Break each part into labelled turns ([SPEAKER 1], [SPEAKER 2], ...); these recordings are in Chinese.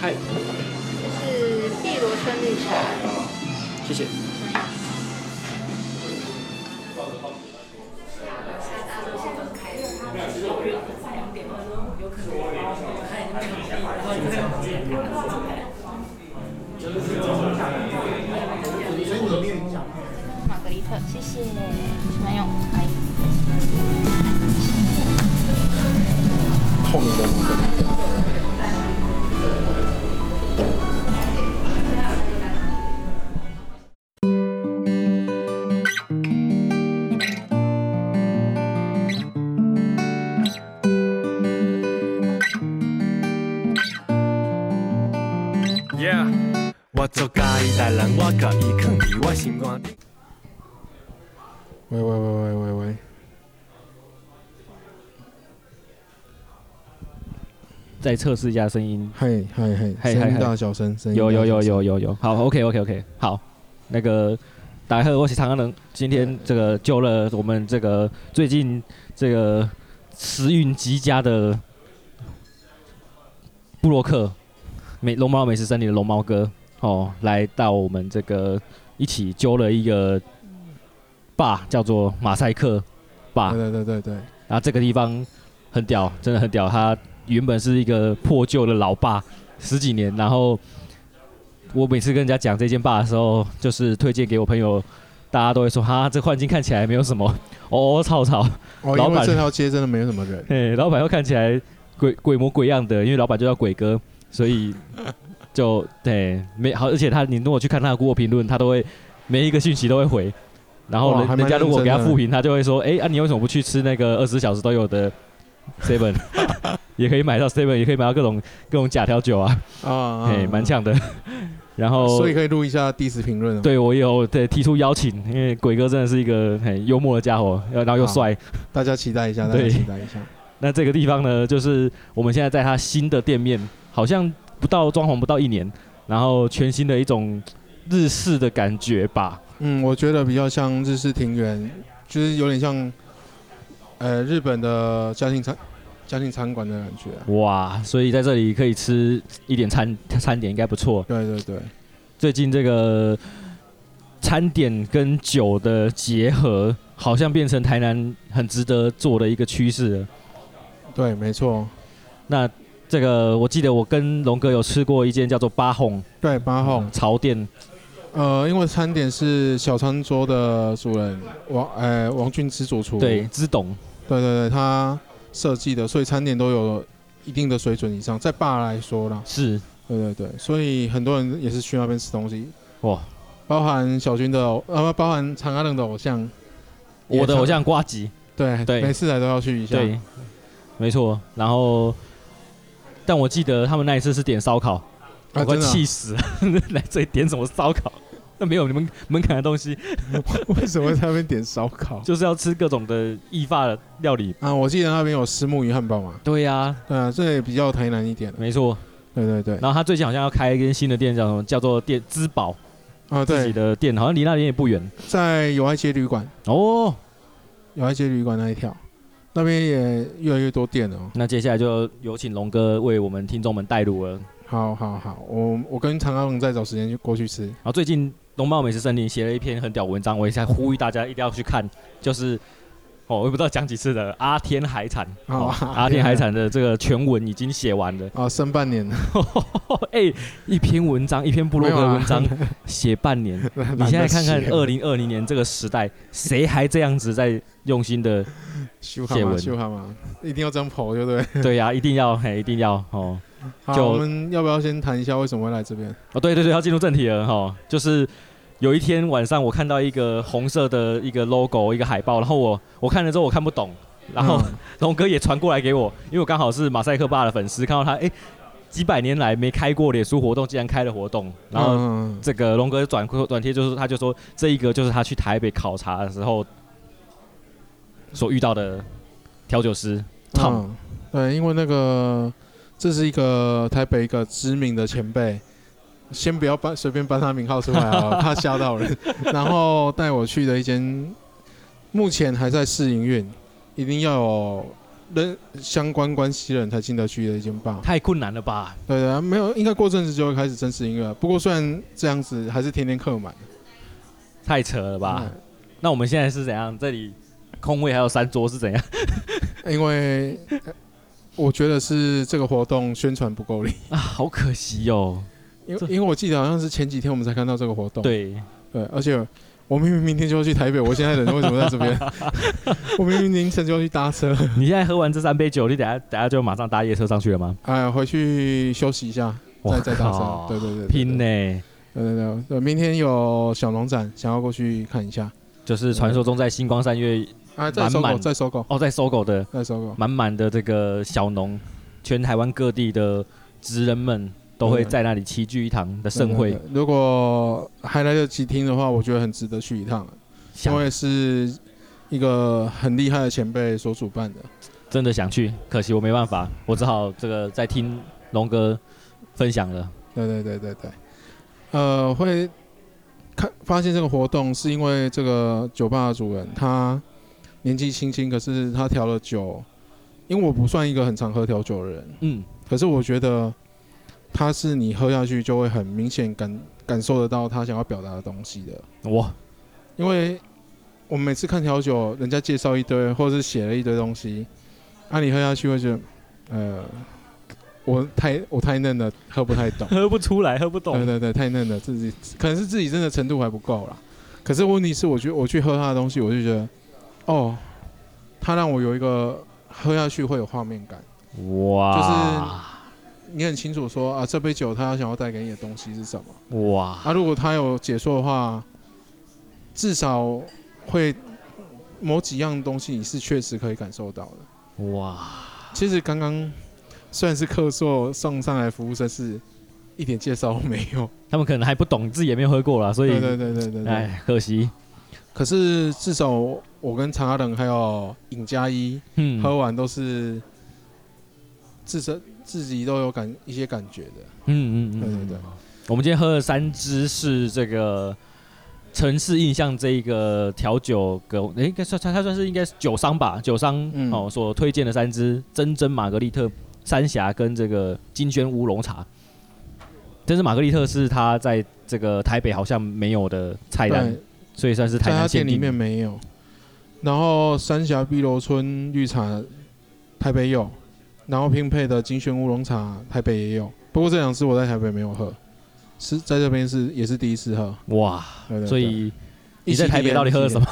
[SPEAKER 1] 嗨，
[SPEAKER 2] 是碧螺春绿茶。
[SPEAKER 1] 谢谢。
[SPEAKER 2] 玛格丽特，谢谢，什么用？哎，
[SPEAKER 1] 透明的部分。
[SPEAKER 3] Yeah，我做家己代人，我甲伊藏伫我心肝顶。
[SPEAKER 1] 喂喂喂喂喂喂，
[SPEAKER 4] 再测试一下声音。
[SPEAKER 1] 嘿嘿
[SPEAKER 4] 嘿
[SPEAKER 1] 嘿，
[SPEAKER 4] 嘿
[SPEAKER 1] 声音
[SPEAKER 4] 嘿
[SPEAKER 1] 大小声，声音
[SPEAKER 4] 有
[SPEAKER 1] 大
[SPEAKER 4] 有
[SPEAKER 1] 小
[SPEAKER 4] 有
[SPEAKER 1] 声
[SPEAKER 4] 有有有，好，OK OK OK，好，那个大家好，我是唐安能，今天这个救了我们这个最近这个时运极佳的布洛克美龙猫美食森林的龙猫哥哦，来到我们这个一起揪了一个坝，叫做马赛克坝，
[SPEAKER 1] 对对对对对，
[SPEAKER 4] 然后这个地方很屌，真的很屌。它原本是一个破旧的老坝，十几年。然后我每次跟人家讲这间坝的时候，就是推荐给我朋友，大家都会说：“哈，这幻境看起来没有什么，哦哦吵吵。
[SPEAKER 1] 哦，
[SPEAKER 4] 老
[SPEAKER 1] 因为
[SPEAKER 4] 板
[SPEAKER 1] 这条街真的没有什么人”，
[SPEAKER 4] 嘿，老板又看起来鬼鬼模鬼样的，因为老板就叫鬼哥，所以就对没好。而且他，你如果去看他的 Google 评论，他都会每一个讯息都会回。然后
[SPEAKER 1] 哇
[SPEAKER 4] 人
[SPEAKER 1] 还蛮
[SPEAKER 4] 人家如果
[SPEAKER 1] 认
[SPEAKER 4] 给他
[SPEAKER 1] 真的
[SPEAKER 4] 复评，他就会说：“哎、啊，你为什么不去吃那个二十小时都有的 Seven？也可以买到 Seven，也可以买到各种各种假调酒啊，
[SPEAKER 1] 啊啊，
[SPEAKER 4] 哎、
[SPEAKER 1] 啊
[SPEAKER 4] 蛮呛的。然后，
[SPEAKER 1] 所以可以录一下第十评论哦。
[SPEAKER 4] 对我有对提出邀请，因为鬼哥真的是一个很幽默的家伙，然后又
[SPEAKER 1] 好
[SPEAKER 4] 帅，
[SPEAKER 1] 大家期待一下，大家
[SPEAKER 4] 对
[SPEAKER 1] 期待一下。
[SPEAKER 4] 那这个地方呢，就是我们现在在它新的店面，好像不到装潢不到一年，然后全新的一种日式的感觉吧。
[SPEAKER 1] 嗯，我觉得比较像日式庭园，就是有点像，呃，日本的家庭餐家庭餐馆的感觉啊、
[SPEAKER 4] 哇，所以在这里可以吃一点餐餐点，应该不错。
[SPEAKER 1] 对对对，
[SPEAKER 4] 最近这个餐点跟酒的结合，好像变成台南很值得做的一个趋势了。
[SPEAKER 1] 对，没错。
[SPEAKER 4] 那这个我记得我跟龙哥有吃过一间叫做八红
[SPEAKER 1] 对，八号，
[SPEAKER 4] 潮店，
[SPEAKER 1] 呃，因为餐点是小餐桌的主人王，呃，王俊之主厨，
[SPEAKER 4] 对，知董
[SPEAKER 1] 对对对，他设计的，所以餐点都有一定的水准以上，在爸来说啦，
[SPEAKER 4] 是
[SPEAKER 1] 对对对，所以很多人也是去那边吃东西，
[SPEAKER 4] 哇，
[SPEAKER 1] 包含小军的偶，呃，包含长安人的偶像，也
[SPEAKER 4] 我的偶
[SPEAKER 1] 常，
[SPEAKER 4] 像瓜吉。
[SPEAKER 1] 对
[SPEAKER 4] 对
[SPEAKER 1] 每次来都要去一下，
[SPEAKER 4] 对，没错。然后，但我记得他们那一次是点烧烤，
[SPEAKER 1] 啊，
[SPEAKER 4] 我快
[SPEAKER 1] 真的啊
[SPEAKER 4] 气死了！ 来这里点什么烧烤？那没有门门槛的东西，
[SPEAKER 1] 为什么在那边点烧烤？
[SPEAKER 4] 就是要吃各种的意法的料理。
[SPEAKER 1] 啊，我记得那边有石木鱼汉堡嘛，
[SPEAKER 4] 对呀、
[SPEAKER 1] 对啊，这也比较台南一点了。
[SPEAKER 4] 没错。
[SPEAKER 1] 对对对，
[SPEAKER 4] 然后他最近好像要开一间新的店，叫什么？叫做店滋宝
[SPEAKER 1] 啊
[SPEAKER 4] 自己
[SPEAKER 1] 对，
[SPEAKER 4] 的店，好像离那边也不远
[SPEAKER 1] 在友爱街旅馆，
[SPEAKER 4] 哦。
[SPEAKER 1] 友爱街旅馆那一条，那边也越来越多店了、哦。
[SPEAKER 4] 那接下来就有请龙哥为我们听众们带路了。
[SPEAKER 1] 好好好，我我跟常常再找时间去过去吃。
[SPEAKER 4] 然后最近龙猫美食森林写了一篇很屌文章，我也在呼吁大家一定要去看，就是哦，我也不知道讲几次了，阿天海产，
[SPEAKER 1] 哦
[SPEAKER 4] 哦、
[SPEAKER 1] 阿
[SPEAKER 4] 阿天海产的这个全文已经写完了，
[SPEAKER 1] 啊，剩半年了，
[SPEAKER 4] 哎、一篇文章，一篇部落格文章写半 年，你现在看看二零二零年这个时代，谁还这样子在用心的？
[SPEAKER 1] 修好
[SPEAKER 4] 谢
[SPEAKER 1] 嘛，
[SPEAKER 4] 文
[SPEAKER 1] 修好嘛，一定要这样跑，对 不对？
[SPEAKER 4] 对啊呀、一定要，嘿，一定要哦。
[SPEAKER 1] 好，
[SPEAKER 4] 就
[SPEAKER 1] 我们要不要先谈一下为什么会来这边？
[SPEAKER 4] 哦，对对对，要进入正题了哈、哦。就是有一天晚上，我看到一个红色的一个 logo，一个海报，然后我我看了之后我看不懂，然后
[SPEAKER 1] 嗯
[SPEAKER 4] 龙哥也传过来给我，因为我刚好是马赛克爸的粉丝，看到他哎几百年来没开过脸书活动，竟然开了活动，然后
[SPEAKER 1] 嗯
[SPEAKER 4] 这个龙哥转转贴就是他就说这一个就是他去台北考察的时候所遇到的调酒师 Tom，、
[SPEAKER 1] 嗯对，因为那个这是一个台北一个知名的前辈，先不要搬随便搬他名号出来啊，怕吓 到人。然后带我去的一间，目前还在试营运，一定要有人相关关系的人才进得去的一间吧。
[SPEAKER 4] 太困难了吧？
[SPEAKER 1] 对对、啊，没有，应该过阵子就会开始正式音乐了。不过虽然这样子，还是天天客满。
[SPEAKER 4] 太扯了吧？
[SPEAKER 1] 嗯
[SPEAKER 4] 那我们现在是怎样？这里空位还有三桌是怎样？
[SPEAKER 1] 因为呃我觉得是这个活动宣传不够力，
[SPEAKER 4] 啊，好可惜哦。
[SPEAKER 1] 因
[SPEAKER 4] 这
[SPEAKER 1] 为因为我记得好像是前几天我们才看到这个活动。
[SPEAKER 4] 对，
[SPEAKER 1] 对，而且我明明明天就要去台北，我现在人为什么在这边？我明明凌晨就要去搭车，
[SPEAKER 4] 你现在喝完这三杯酒，你等下等下就马上搭夜车上去了吗？
[SPEAKER 1] 哎，回去休息一下，再
[SPEAKER 4] 哇
[SPEAKER 1] 再搭车
[SPEAKER 4] 靠。
[SPEAKER 1] 对对对，对
[SPEAKER 4] 拼！呢、
[SPEAKER 1] 对对对对，明天有小农展，想要过去看一下。
[SPEAKER 4] 就是传说中在星光三月
[SPEAKER 1] 啊，在搜
[SPEAKER 4] 满
[SPEAKER 1] 狗，
[SPEAKER 4] 满
[SPEAKER 1] 在搜狗，
[SPEAKER 4] 哦，在搜狗的
[SPEAKER 1] 在搜狗。
[SPEAKER 4] 满满的这个小农，全台湾各地的职人们都会在那里齐聚一堂的盛会
[SPEAKER 1] 对，对对如果还来得及听的话，我觉得很值得去一趟，因
[SPEAKER 4] 想
[SPEAKER 1] 为是一个很厉害的前辈所主办的。
[SPEAKER 4] 真的想去，可惜我没办法，我只好这个在听龙哥分享了。
[SPEAKER 1] 对对对对对，呃，会看发现这个活动是因为这个酒吧的主人他年纪轻轻，可是他调了酒，因为我不算一个很常喝调酒的人，
[SPEAKER 4] 嗯，
[SPEAKER 1] 可是我觉得他是你喝下去就会很明显感感受得到他想要表达的东西的，
[SPEAKER 4] 哇，
[SPEAKER 1] 因为我们每次看调酒，人家介绍一堆，或者是写了一堆东西，啊，你喝下去会觉得，呃，我太我太嫩了，喝不太懂。
[SPEAKER 4] 喝不出来，喝不 懂
[SPEAKER 1] 对对对，太嫩了，自己可能是自己真的程度还不够啦。可是问题是，我去我去喝他的东西，我就觉得，哦，他让我有一个喝下去会有画面感。
[SPEAKER 4] 哇，
[SPEAKER 1] 你很清楚说啊，这杯酒他想要带给你的东西是什么？
[SPEAKER 4] 就是哇，
[SPEAKER 1] 啊，如果他有解说的话，至少会某几样东西你是确实可以感受到的。
[SPEAKER 4] 哇，
[SPEAKER 1] 其实刚刚虽然是客座送上来服务生是一点介绍都没有，
[SPEAKER 4] 他们可能还不懂，自己也没有喝过啦，所以
[SPEAKER 1] 对对对对对对。
[SPEAKER 4] 哎，可惜，
[SPEAKER 1] 可是至少我跟常阿冷还有尹佳一、
[SPEAKER 4] 嗯，
[SPEAKER 1] 喝完都是自身自己都有感一些感觉的。
[SPEAKER 4] 嗯嗯嗯，
[SPEAKER 1] 对对对，
[SPEAKER 4] 我们今天喝了三支是这个城市印象这一个调酒跟诶应该算它它算是应该是酒商吧，酒商、
[SPEAKER 1] 嗯
[SPEAKER 4] 哦所推荐的三支真真玛格丽特、三峡跟这个金萱乌龙茶。真真玛格丽特是它在这个台北好像没有的菜单，
[SPEAKER 1] 对，
[SPEAKER 4] 所以算是台
[SPEAKER 1] 在他
[SPEAKER 4] 南限
[SPEAKER 1] 店里
[SPEAKER 4] 定。
[SPEAKER 1] 面没有。然后三峡碧螺春绿茶台北有，然后拼配的金萱乌龙茶台北也有。不过这两次我在台北没有喝，是在这边是也是第一次喝。
[SPEAKER 4] 哇，
[SPEAKER 1] 对对对
[SPEAKER 4] 所以你在台北到底喝了什么？？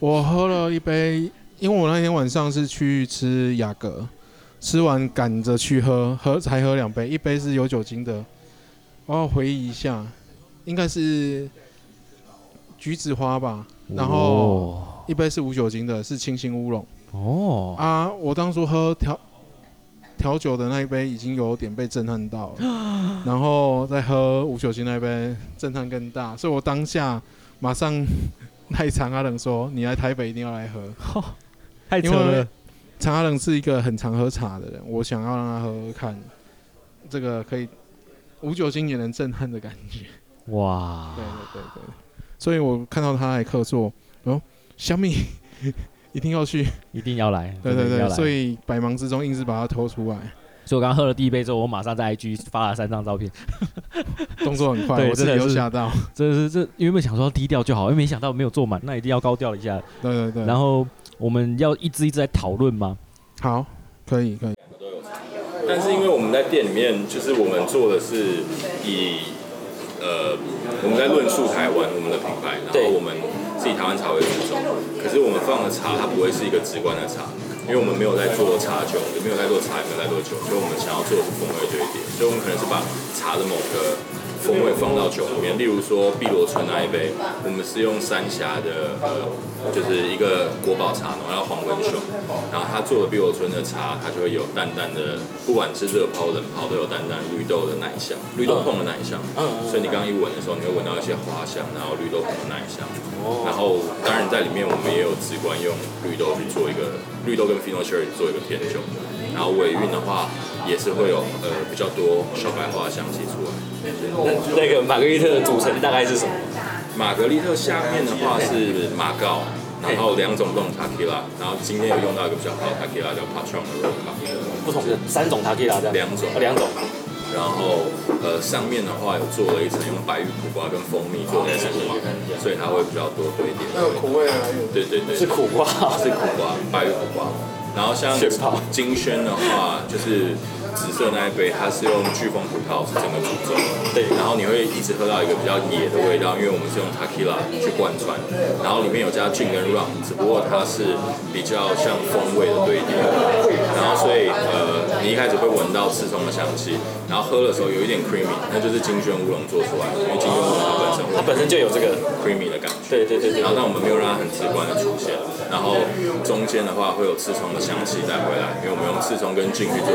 [SPEAKER 1] 我喝了一杯，因为我那天晚上是去吃雅阁，吃完赶着去喝，喝才喝两杯，一杯是有酒精的，我要回忆一下，应该是橘子花吧，然后
[SPEAKER 4] 哦
[SPEAKER 1] 一杯是无酒精的，是清新乌龙
[SPEAKER 4] 哦
[SPEAKER 1] 啊。我当初喝调调酒的那一杯已经有点被震撼到了，然后再喝无酒精那一杯，震撼更大，所以我当下马上赖长阿冷说：“你来台北一定要来喝。”
[SPEAKER 4] 太扯
[SPEAKER 1] 啊因
[SPEAKER 4] 了
[SPEAKER 1] 为，常阿冷是一个很常喝茶的人，我想要让他喝喝看，这个可以无酒精也能震撼的感觉。
[SPEAKER 4] 哇
[SPEAKER 1] 对，对对对，所以我看到他来客座，然后小米 一定要去，
[SPEAKER 4] 一定要来，
[SPEAKER 1] 对
[SPEAKER 4] 真
[SPEAKER 1] 对
[SPEAKER 4] 的一定要
[SPEAKER 1] 对，
[SPEAKER 4] 来
[SPEAKER 1] 所以百忙之中硬是把他拖出来，
[SPEAKER 4] 所以我刚刚喝了第一杯之后，我马上在 IG 发了三张照片。
[SPEAKER 1] 动作很快，
[SPEAKER 4] 对
[SPEAKER 1] 我自己
[SPEAKER 4] 真的
[SPEAKER 1] 有
[SPEAKER 4] 是
[SPEAKER 1] 吓到。
[SPEAKER 4] 这是这原本想说低调就好，因为没想到没有做满，那一定要高调一下。
[SPEAKER 1] 对对对，
[SPEAKER 4] 然
[SPEAKER 1] 后
[SPEAKER 4] 后我们要一支一支来讨论嘛。
[SPEAKER 1] 好，可以可以，
[SPEAKER 5] 但是因为我们在店里面，就是我们做的是以呃我们在论述台湾我们的品牌，然后我们是以台湾茶为主轴，可是我们放的茶它不会是一个直观的茶，因为我们没有在做茶酒，也没有在做茶，也没有在做酒，所以我们想要做的是风味堆叠，所以我们可能是把茶的某个风味放到酒里面，例如说碧螺春那一杯，我们是用三峡的呃，就是一个国宝茶农叫黄文雄，然后他做的碧螺春的茶，它就会有淡淡的，不管是热泡冷泡都有淡淡绿豆的奶香，绿豆碰的奶香，所以你刚刚一闻的时候，你会闻到一些花香，然后绿豆碰的奶香，然后当然在里面我们也有直观用绿豆去做一个绿豆跟 f i n o c h e r r y 做一个甜酒，然后尾韵的话也是会有呃比较多小白花的香气出来。
[SPEAKER 6] 那那个玛格丽特的组成大概是什么？
[SPEAKER 5] 玛格丽特下面的话是马告，然后两种不同 tequila，然后今天有用到一个比较好的 tequila 叫 Patron 的 r o c a
[SPEAKER 6] 不同的三种塔 q 拉这样，
[SPEAKER 5] 两种
[SPEAKER 6] 啊，两种，
[SPEAKER 5] 然后呃上面的话有做了一层用白玉苦瓜跟蜂蜜做的一层花，所以它会比较多多一点
[SPEAKER 7] 那个
[SPEAKER 5] 味。
[SPEAKER 7] 苦味啊，有
[SPEAKER 5] 对对对，
[SPEAKER 6] 是苦瓜，
[SPEAKER 5] 是苦瓜，白玉苦瓜。然后像
[SPEAKER 6] 炫炮
[SPEAKER 5] 金萱的话，就是紫色那一杯，它是用飓风葡萄是整个煮粥，
[SPEAKER 6] 对
[SPEAKER 5] 然后你会一直喝到一个比较野的味道，因为我们是用 tequila 去贯穿，然后里面有加菌跟 rum，只不过它是比较像风味的堆叠，然后所以呃，你一开始会闻到刺葱的香气，然后喝的时候有一点 creamy，那就是金萱乌龙做出来的，因为金萱乌龙它本身会
[SPEAKER 6] 它本身就有这个，
[SPEAKER 5] creamy 的感觉。
[SPEAKER 6] 对对对对
[SPEAKER 5] 然，后但我们没有让它很直观的出现，然后中间的话会有刺葱的香气带回来，因为我们用刺葱跟菌去做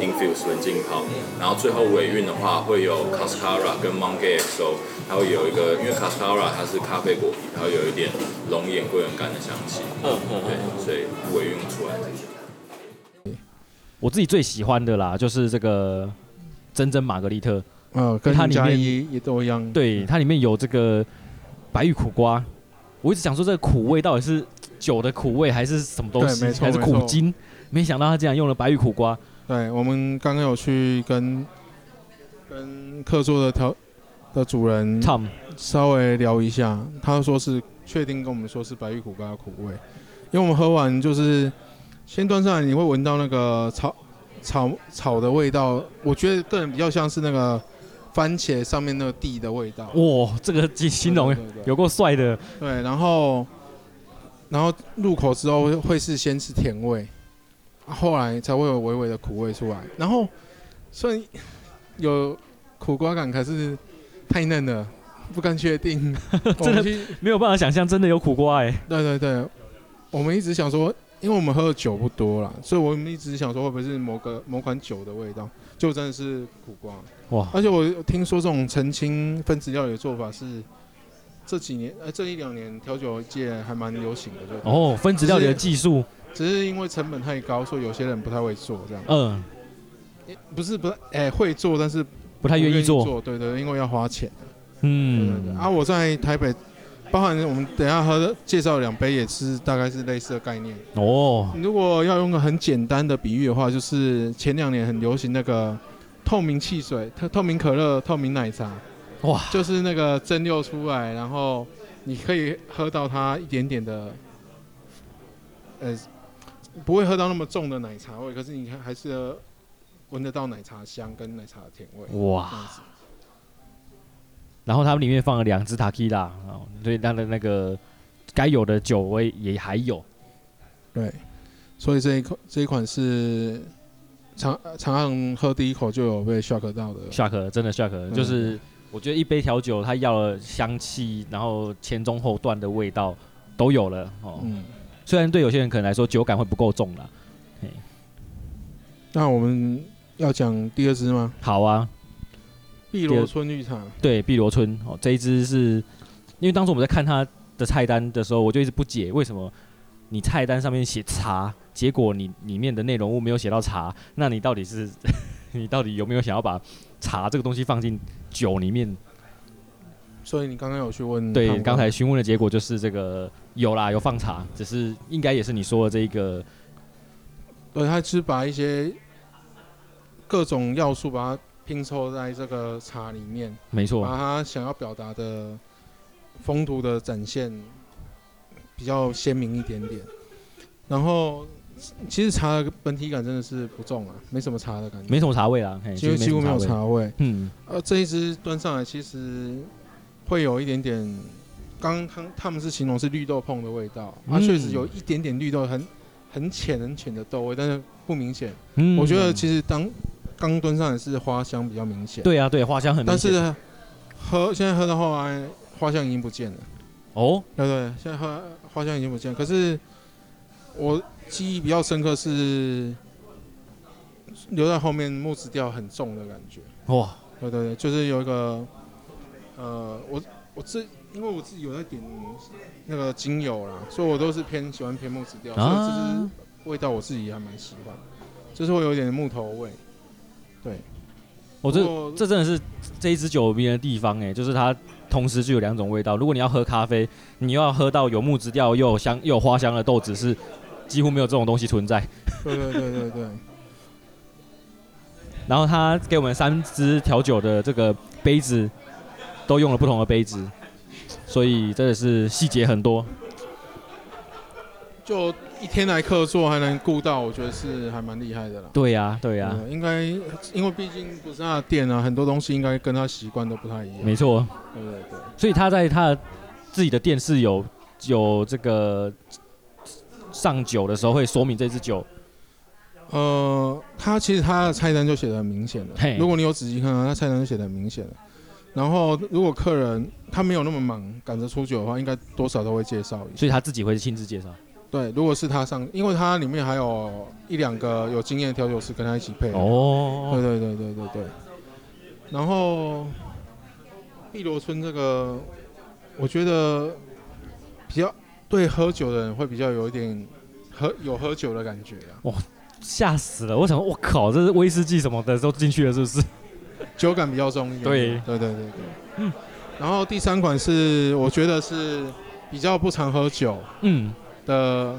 [SPEAKER 5] infuse 跟浸泡，然后最后尾韵的话会有 cascara 跟 monkey XO，它会有一个，因为 cascara 它是咖啡果皮，它会有一点龙眼桂圆干的香气，
[SPEAKER 6] 嗯嗯
[SPEAKER 5] 对
[SPEAKER 6] 嗯，，
[SPEAKER 5] 所以尾韵出来。
[SPEAKER 4] 我自己最喜欢的啦，就是这个真真玛格丽特，
[SPEAKER 1] 呃，跟
[SPEAKER 4] 它里
[SPEAKER 1] 加
[SPEAKER 4] 面
[SPEAKER 1] 一也都一样。
[SPEAKER 4] 对，它里面有这个白玉苦瓜。我一直想说这个苦味到底是酒的苦味还是什么东西，
[SPEAKER 1] 对没错
[SPEAKER 4] 还是
[SPEAKER 1] 没
[SPEAKER 4] 苦
[SPEAKER 1] 错
[SPEAKER 4] 精？没想到它竟然用了白玉苦瓜，
[SPEAKER 1] 对，我们刚刚有去跟跟客座的调的主人
[SPEAKER 4] 唱
[SPEAKER 1] 稍微聊一下，他说是确定跟我们说是白玉苦瓜的苦味，因为我们喝完就是先端上来，你会闻到那个草草草的味道，我觉得个人比较像是那个番茄上面那个地的味道。
[SPEAKER 4] 哇，这个形形容
[SPEAKER 1] 对对对
[SPEAKER 4] 有够帅的，
[SPEAKER 1] 对，然后然后入口之后会会是先是甜味，后来才会有微微的苦味出来。然后虽然有苦瓜感，可是太嫩了，不敢 确定。我
[SPEAKER 4] 真的
[SPEAKER 1] 们去
[SPEAKER 4] 没有办法想象真的有苦瓜哎、
[SPEAKER 1] 对对对，我们一直想说，因为我们喝的酒不多啦，所以我们一直想说会不会是某个某款酒的味道，就真的是苦瓜。
[SPEAKER 4] 哇，
[SPEAKER 1] 而且我有听说这种澄清分子料理的做法是这几年呃这一两年调酒界还蛮流行的，就、
[SPEAKER 4] 哦，分子料理的技术，
[SPEAKER 1] 只是因为成本太高，所以有些人不太会做这样。
[SPEAKER 4] 嗯，
[SPEAKER 1] 不是不太哎、会做，但是
[SPEAKER 4] 不太
[SPEAKER 1] 他
[SPEAKER 4] 愿意做，
[SPEAKER 1] 做，对对，因为要花钱。对对对
[SPEAKER 4] 嗯，
[SPEAKER 1] 啊，我在台北，包含我们等一下喝的介绍两杯也是大概是类似的概念。
[SPEAKER 4] 哦，
[SPEAKER 1] 如果要用个很简单的比喻的话，就是前两年很流行那个透明汽水、透透明可乐、透明奶茶，
[SPEAKER 4] 哇，
[SPEAKER 1] 就是那个蒸馏出来，然后你可以喝到它一点点的，呃，不会喝到那么重的奶茶味，可是你还还是闻得到奶茶香跟奶茶的甜味。
[SPEAKER 4] 哇
[SPEAKER 1] 这样子，
[SPEAKER 4] 然后它里面放了两只塔 q 拉，然后所以它的那个该有的酒味也还有，
[SPEAKER 1] 对，所以这一款这一款是常常常喝第一口就有被 shock 到的。
[SPEAKER 4] 下课真的下课，就是我觉得一杯调酒，它要了香气，然后前中后段的味道都有了哦。
[SPEAKER 1] 嗯，
[SPEAKER 4] 虽然对有些人可能来说酒感会不够重啦，
[SPEAKER 1] 那我们要讲第二支吗？
[SPEAKER 4] 好啊，
[SPEAKER 1] 碧
[SPEAKER 4] 第
[SPEAKER 1] 螺
[SPEAKER 4] 二
[SPEAKER 1] 春绿茶，
[SPEAKER 4] 对，碧螺春哦，这一支是因为当时我们在看它的菜单的时候，我就一直不解为什么你菜单上面写茶，结果你里面的内容物没有写到茶，那你到底是 你到底有没有想要把茶这个东西放进酒里面？
[SPEAKER 1] 所以你刚刚有去问胖
[SPEAKER 4] 对，
[SPEAKER 1] 虎
[SPEAKER 4] 刚才询问的结果就是这个有啦，有放茶，只是应该也是你说的这一个
[SPEAKER 1] 对，它是把一些各种要素把它拼凑在这个茶里面，
[SPEAKER 4] 没错
[SPEAKER 1] 把，它想要表达的风土的展现比较鲜明一点点。然后其实茶的本体感真的是不重啊，没什么茶的感觉，
[SPEAKER 4] 没什么茶味啦，嘿
[SPEAKER 1] 几乎
[SPEAKER 4] 其实
[SPEAKER 1] 几乎没有
[SPEAKER 4] 什么味。
[SPEAKER 1] 茶味。
[SPEAKER 4] 嗯，
[SPEAKER 1] 呃，这一支端上来其实会有一点点，刚刚他们是形容是绿豆碰的味道，它、
[SPEAKER 4] 嗯
[SPEAKER 1] 确实有一点点绿豆，很很浅很浅的豆味，但是不明显。
[SPEAKER 4] 嗯
[SPEAKER 1] 我觉得其实当刚端上来是花香比较明显，，
[SPEAKER 4] 对啊，对，花香很明
[SPEAKER 1] 但
[SPEAKER 4] 显，
[SPEAKER 1] 是喝现在喝到后来花香已经不见了，
[SPEAKER 4] 哦，
[SPEAKER 1] 对对，现在喝花香已经不见了。可是我记忆比较深刻是留在后面木质调很重的感觉。
[SPEAKER 4] 哇，
[SPEAKER 1] 对对对，就是有一个，呃，我我自因为我自己有在点那个精油啦，所以我都是偏喜欢偏木质调，所以
[SPEAKER 4] 啊
[SPEAKER 1] 这支味道我自己还蛮喜欢，就是会有点木头味。对，
[SPEAKER 4] 我、这
[SPEAKER 1] 不过
[SPEAKER 4] 这真的是这一支酒迷人的地方哎、就是它同时就有两种味道。如果你要喝咖啡，你又要喝到有木质调又有香又有花香的豆子，是几乎没有这种东西存在。
[SPEAKER 1] 对对对对对，
[SPEAKER 4] 然后他给我们三支调酒的这个杯子，都用了不同的杯子，所以真的是细节很多。
[SPEAKER 1] 就一天来客座还能顾到，我觉得是还蛮厉害的啦。
[SPEAKER 4] 对呀、对啊呀、
[SPEAKER 1] 嗯应该因为毕竟不是他的店啊，很多东西应该跟他习惯都不太一样。
[SPEAKER 4] 没错。
[SPEAKER 1] 对对对，
[SPEAKER 4] 所以他在他的自己的店是有有这个上酒的时候会说明这支酒，
[SPEAKER 1] 呃，他其实他的菜单就写的很明显了
[SPEAKER 4] 嘿。
[SPEAKER 1] 如果你有仔细看啊，他菜单就写的很明显了。然后如果客人他没有那么忙，赶着出酒的话，应该多少都会介绍一下。
[SPEAKER 4] 所以他自己会亲自介绍。
[SPEAKER 1] 对，如果是他上，因为他里面还有一两个有经验的调酒师跟他一起配。
[SPEAKER 4] 哦
[SPEAKER 1] 对，对对对对对。然后碧螺春这个，我觉得比较对喝酒的人会比较有一点喝有喝酒的感觉啊，
[SPEAKER 4] 吓死了！我想说，我靠，这是威士忌什么的都进去了，是不是？
[SPEAKER 1] 酒感比较重一点。
[SPEAKER 4] 对
[SPEAKER 1] 对对对对。然后第三款是我觉得是比较不常喝酒
[SPEAKER 4] 嗯，
[SPEAKER 1] 的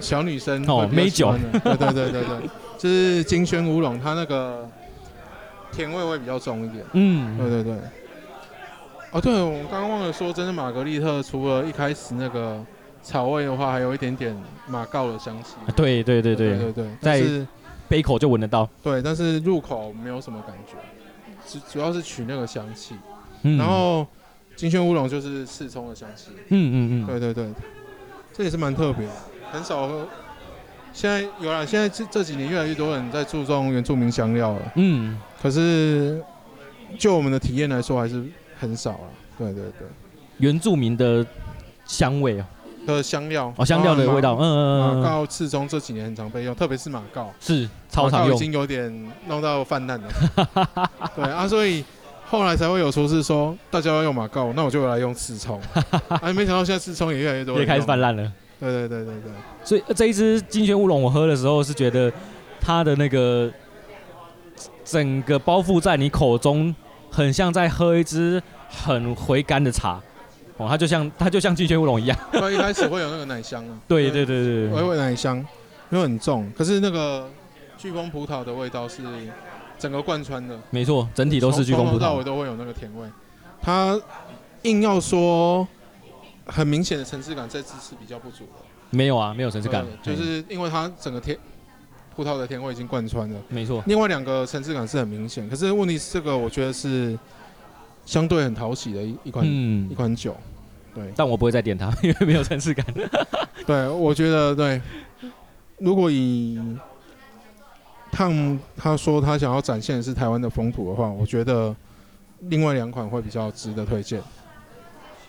[SPEAKER 1] 小女生
[SPEAKER 4] 哦
[SPEAKER 1] 会比较
[SPEAKER 4] 美
[SPEAKER 1] 喜欢的对对对对对，就是金萱乌龙，它那个甜味会比较重一点。对
[SPEAKER 4] 嗯，
[SPEAKER 1] 对对。哦，对，我刚刚忘了说，真的玛格丽特除了一开始那个草味的话，还有一点点马告的香气。
[SPEAKER 4] 对对对
[SPEAKER 1] 对
[SPEAKER 4] 对，
[SPEAKER 1] 对对，但是
[SPEAKER 4] 杯口就闻得到。
[SPEAKER 1] 对，但是入口没有什么感觉，主主要是取那个香气。
[SPEAKER 4] 嗯
[SPEAKER 1] 然，后金萱乌龙就是适中的香气。
[SPEAKER 4] 嗯嗯嗯，
[SPEAKER 1] 对对对，这也是蛮特别的，很少喝。现在有了，现在这这几年越来越多人在注重原住民香料了。
[SPEAKER 4] 嗯，
[SPEAKER 1] 可是就我们的体验来说，还是很少了。对对对，
[SPEAKER 4] 原住民的香味哦，
[SPEAKER 1] 和香料
[SPEAKER 4] 哦，香料的味道，嗯，嗯
[SPEAKER 1] 马
[SPEAKER 4] 嗯嗯，
[SPEAKER 1] 告赤中这几年很常被用，特别是马告，
[SPEAKER 4] 是超
[SPEAKER 1] 马
[SPEAKER 4] 常
[SPEAKER 1] 告已
[SPEAKER 4] 用，
[SPEAKER 1] 经有点弄到泛滥了。 对啊，所以后来才会有厨师说，大家要用马告，那我就来用 赤葱。啊，没想到现在赤葱也越来越多人
[SPEAKER 4] 也开始
[SPEAKER 1] 用
[SPEAKER 4] 泛。滥了。
[SPEAKER 1] 对对对对对，
[SPEAKER 4] 所以呃这一支金萱乌龙，我喝的时候是觉得它的那个整个包覆在你口中，很像在喝一支很回甘的茶。哦，它就像它就像金萱乌龙一样。。
[SPEAKER 1] 所以一开始会有那个奶香啊
[SPEAKER 4] 对对对对
[SPEAKER 1] 微
[SPEAKER 4] 对，
[SPEAKER 1] 微奶香，没有很重，可是那个飓风葡萄的味道是整个贯穿的，
[SPEAKER 4] 没错，整体都是飓
[SPEAKER 1] 从
[SPEAKER 4] 风葡
[SPEAKER 1] 头到尾
[SPEAKER 4] 萄。
[SPEAKER 1] 都会有那个甜味。它硬要说很明显的层次感，这次是比较不足的，
[SPEAKER 4] 没有啊，没有层次感
[SPEAKER 1] 对，呃就是因为它整个甜葡萄的甜味已经贯穿了。
[SPEAKER 4] 嗯没错。
[SPEAKER 1] 另外两个层次感是很明显，可是问题是这个我觉得是相对很讨喜的一一款、
[SPEAKER 4] 嗯
[SPEAKER 1] 一，款酒。
[SPEAKER 4] 但我不会再点它，因为没有层次感。
[SPEAKER 1] 对，我觉得对。如果以烫他说他想要展现的是台湾的风土的话，我觉得另外两款会比较值得推荐。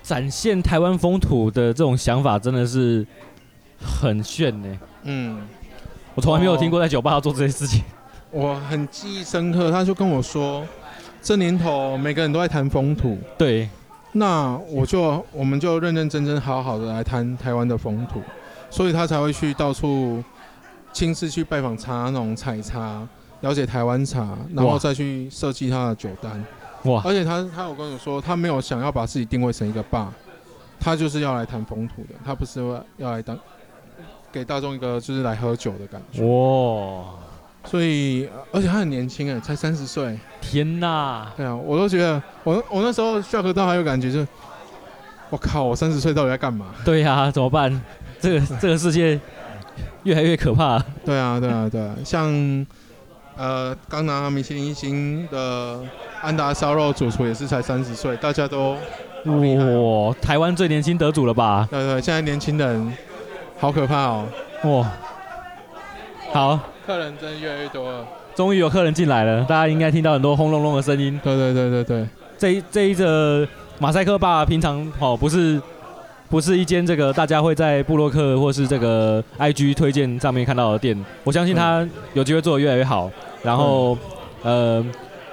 [SPEAKER 4] 展现台湾风土的这种想法真的是很炫呢、
[SPEAKER 1] 嗯，
[SPEAKER 4] 我从来没有听过在酒吧要做这些事情。
[SPEAKER 1] 我很记忆深刻，他就跟我说，这年头每个人都在谈风土，
[SPEAKER 4] 对，
[SPEAKER 1] 那我就我们就认认真真好好的来谈台湾的风土，所以他才会去到处亲自去拜访茶农、采茶，了解台湾茶，然
[SPEAKER 4] 哇
[SPEAKER 1] 后再去设计他的酒单。
[SPEAKER 4] 哇，
[SPEAKER 1] 而且他他有跟我说，他没有想要把自己定位成一个爸，他就是要来谈风土的，他不是要来当给大众一个就是来喝酒的感觉。
[SPEAKER 4] 哇，
[SPEAKER 1] 所以，呃而且他很年轻哎，才三十岁。
[SPEAKER 4] 天哪！
[SPEAKER 1] 对啊，我都觉得我我那时候 shock 到还有感觉就是，我靠，我三十岁到底在干嘛？
[SPEAKER 4] 对呀、怎么办？这个这个世界越来越可怕。
[SPEAKER 1] 对啊，对啊，对啊，像呃刚拿米其林一星的安达烧肉主厨也是才三十岁，大家都好厉害哦。
[SPEAKER 4] 哇，台湾最年轻得主了吧？
[SPEAKER 1] 对对，现在年轻人好可怕哦。
[SPEAKER 4] 哇，好，
[SPEAKER 1] 客人真的越来越多了。
[SPEAKER 4] 终于有客人进来了，大家应该听到很多轰隆隆的声音。
[SPEAKER 1] 对对对对对，
[SPEAKER 4] 这一这一则马赛克吧，平常哦不是不是一间这个大家会在布洛克或是这个 IG 推荐上面看到的店，我相信
[SPEAKER 1] 嗯
[SPEAKER 4] 它有机会做得越来越好。然后、呃，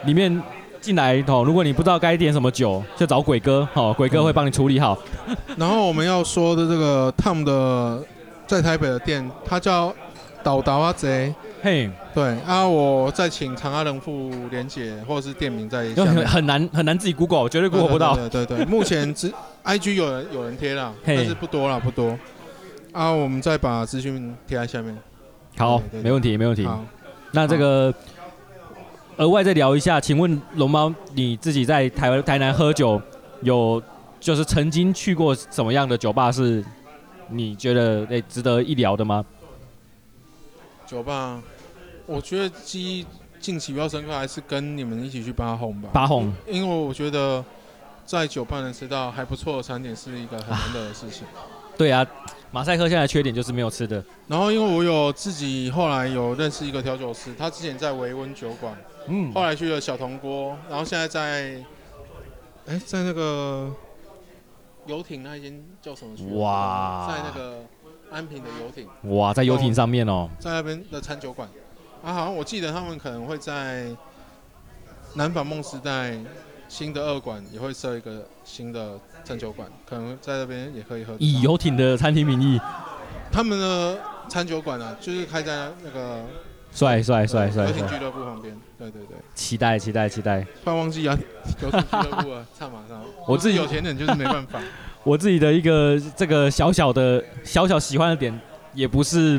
[SPEAKER 4] 里面进来哦，如果你不知道该点什么酒，就找鬼哥哦，鬼
[SPEAKER 1] 嗯
[SPEAKER 4] 哥会帮你处理好。
[SPEAKER 1] 然后我们要说的这个 Tom 的在台北的店，它叫岛达哇贼
[SPEAKER 4] 嘿，
[SPEAKER 1] 对啊，我再请长安人妇连姐或者是店名在
[SPEAKER 4] 因
[SPEAKER 1] 下
[SPEAKER 4] 为
[SPEAKER 1] 面。
[SPEAKER 4] 很难很难自己 Google，绝对 Google 不到。
[SPEAKER 1] 对对对对，目前只 IG 有人有人贴了，
[SPEAKER 4] 嘿
[SPEAKER 1] 但是不多了，不多。啊，我们再把资讯贴在下面。
[SPEAKER 4] 好
[SPEAKER 1] 对对，对
[SPEAKER 4] 没问题，没问题。
[SPEAKER 1] 好，
[SPEAKER 4] 那这个额外再聊一下，请问龙猫你自己在台湾台南喝酒，有就是曾经去过什么样的酒吧是你觉得诶、值得一聊的吗？
[SPEAKER 1] 酒吧，我觉得记忆近期比较深刻还是跟你们一起去巴红吧，
[SPEAKER 4] 八红
[SPEAKER 1] 因为我觉得在酒吧能吃到还不错的餐点是一个很难得的事情。
[SPEAKER 4] 对啊，马赛克现在缺点就是没有吃的。
[SPEAKER 1] 然后因为我有自己后来有认识一个调酒师，他之前在维温酒馆，
[SPEAKER 4] 嗯，
[SPEAKER 1] 后来去了小铜锅，然后现在在，哎，在那个游艇那一间叫什么去了？
[SPEAKER 4] 哇
[SPEAKER 1] 在那个安平的游艇，
[SPEAKER 4] 哇，在游艇上面哦，
[SPEAKER 1] 在那边的餐酒馆，啊，好像我记得他们可能会在南法梦时代新的二馆也会设一个新的餐酒馆，可能在那边也可以喝得到。
[SPEAKER 4] 以游艇的餐厅名义，
[SPEAKER 1] 他们的餐酒馆啊，就是开在那个
[SPEAKER 4] 帅帅帅
[SPEAKER 1] 游
[SPEAKER 4] 帅
[SPEAKER 1] 艇俱
[SPEAKER 4] 帅，
[SPEAKER 1] 乐部旁边。对对对，
[SPEAKER 4] 期待期待期待。
[SPEAKER 1] 突然忘记 啊，游艇俱乐部啊，唱马上。
[SPEAKER 4] 我自己
[SPEAKER 1] 有钱人就是没 办法。
[SPEAKER 4] 我自己的一个这个小小的小小喜欢的点，也不是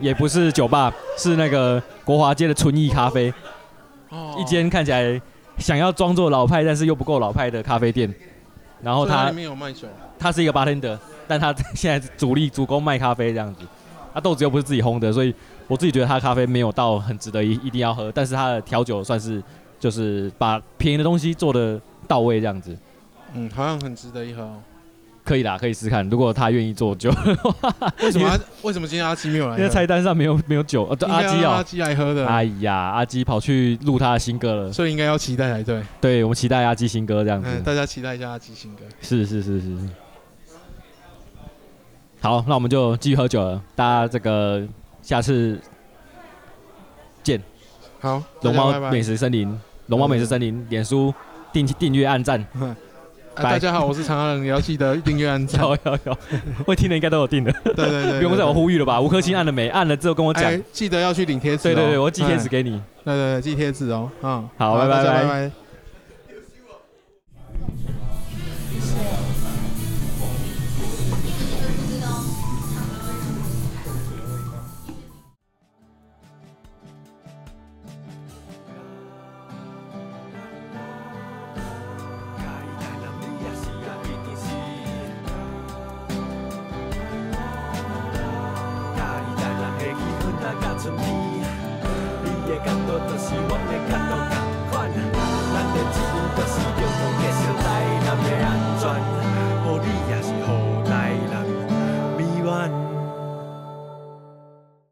[SPEAKER 4] 也不是酒吧，是那个国华街的纯意咖啡，
[SPEAKER 1] 哦
[SPEAKER 4] 一间看起来想要装作老派，但是又不够老派的咖啡店。然后
[SPEAKER 1] 所以它
[SPEAKER 4] 他
[SPEAKER 1] 里面有卖酒，啊
[SPEAKER 4] 他是一个 bartender，但他现在主力主攻卖咖啡这样子。他豆子又不是自己烘的，所以我自己觉得他咖啡没有到很值得一一定要喝，但是他的调酒算是就是把便宜的东西做的到位这样子，
[SPEAKER 1] 嗯，好像很值得一喝哦。
[SPEAKER 4] 可以啦，可以试看。如果他愿意做酒，
[SPEAKER 1] 为什么他为什么今天阿基没有来
[SPEAKER 4] 因为
[SPEAKER 1] 喝？
[SPEAKER 4] 菜单上没有没有酒，呃、对阿
[SPEAKER 1] 哎应该
[SPEAKER 4] 基
[SPEAKER 1] 要让
[SPEAKER 4] 啊
[SPEAKER 1] 阿、基来喝的，
[SPEAKER 4] 哎呀，阿基跑去录他的新歌了，
[SPEAKER 1] 所以应该要期待才对。
[SPEAKER 4] 对我们期待阿基新歌这样子，
[SPEAKER 1] 嗯，大家期待一下阿基新歌。
[SPEAKER 4] 是是是是。是好，那我们就继续喝酒了，大家这个下次
[SPEAKER 1] 好，大
[SPEAKER 4] 龙
[SPEAKER 1] 家
[SPEAKER 4] 猫
[SPEAKER 1] 拜拜啊
[SPEAKER 4] 美食森林，龙猫美食森林，脸书订订阅按 赞，
[SPEAKER 1] 啊
[SPEAKER 4] 拜
[SPEAKER 1] 大家好，我是长安人，也要记得订 阅、按赞。
[SPEAKER 4] 有有有，会听的应该都有订的，
[SPEAKER 1] 对对对，
[SPEAKER 4] 不用
[SPEAKER 1] 对
[SPEAKER 4] 再我
[SPEAKER 1] 对
[SPEAKER 4] 呼吁了吧？五颗星按了没？按了之后跟我讲
[SPEAKER 1] 哎，，记得要去领贴纸
[SPEAKER 4] 对
[SPEAKER 1] 哦。
[SPEAKER 4] 对对，我寄贴
[SPEAKER 1] 哎
[SPEAKER 4] 纸给你。
[SPEAKER 1] 对对对，寄贴纸哦。嗯，
[SPEAKER 4] 好拜拜
[SPEAKER 1] 大家拜
[SPEAKER 4] 拜
[SPEAKER 1] 拜。
[SPEAKER 3] 你的角度，就是阮的角度同款。咱的一面，就是要同结成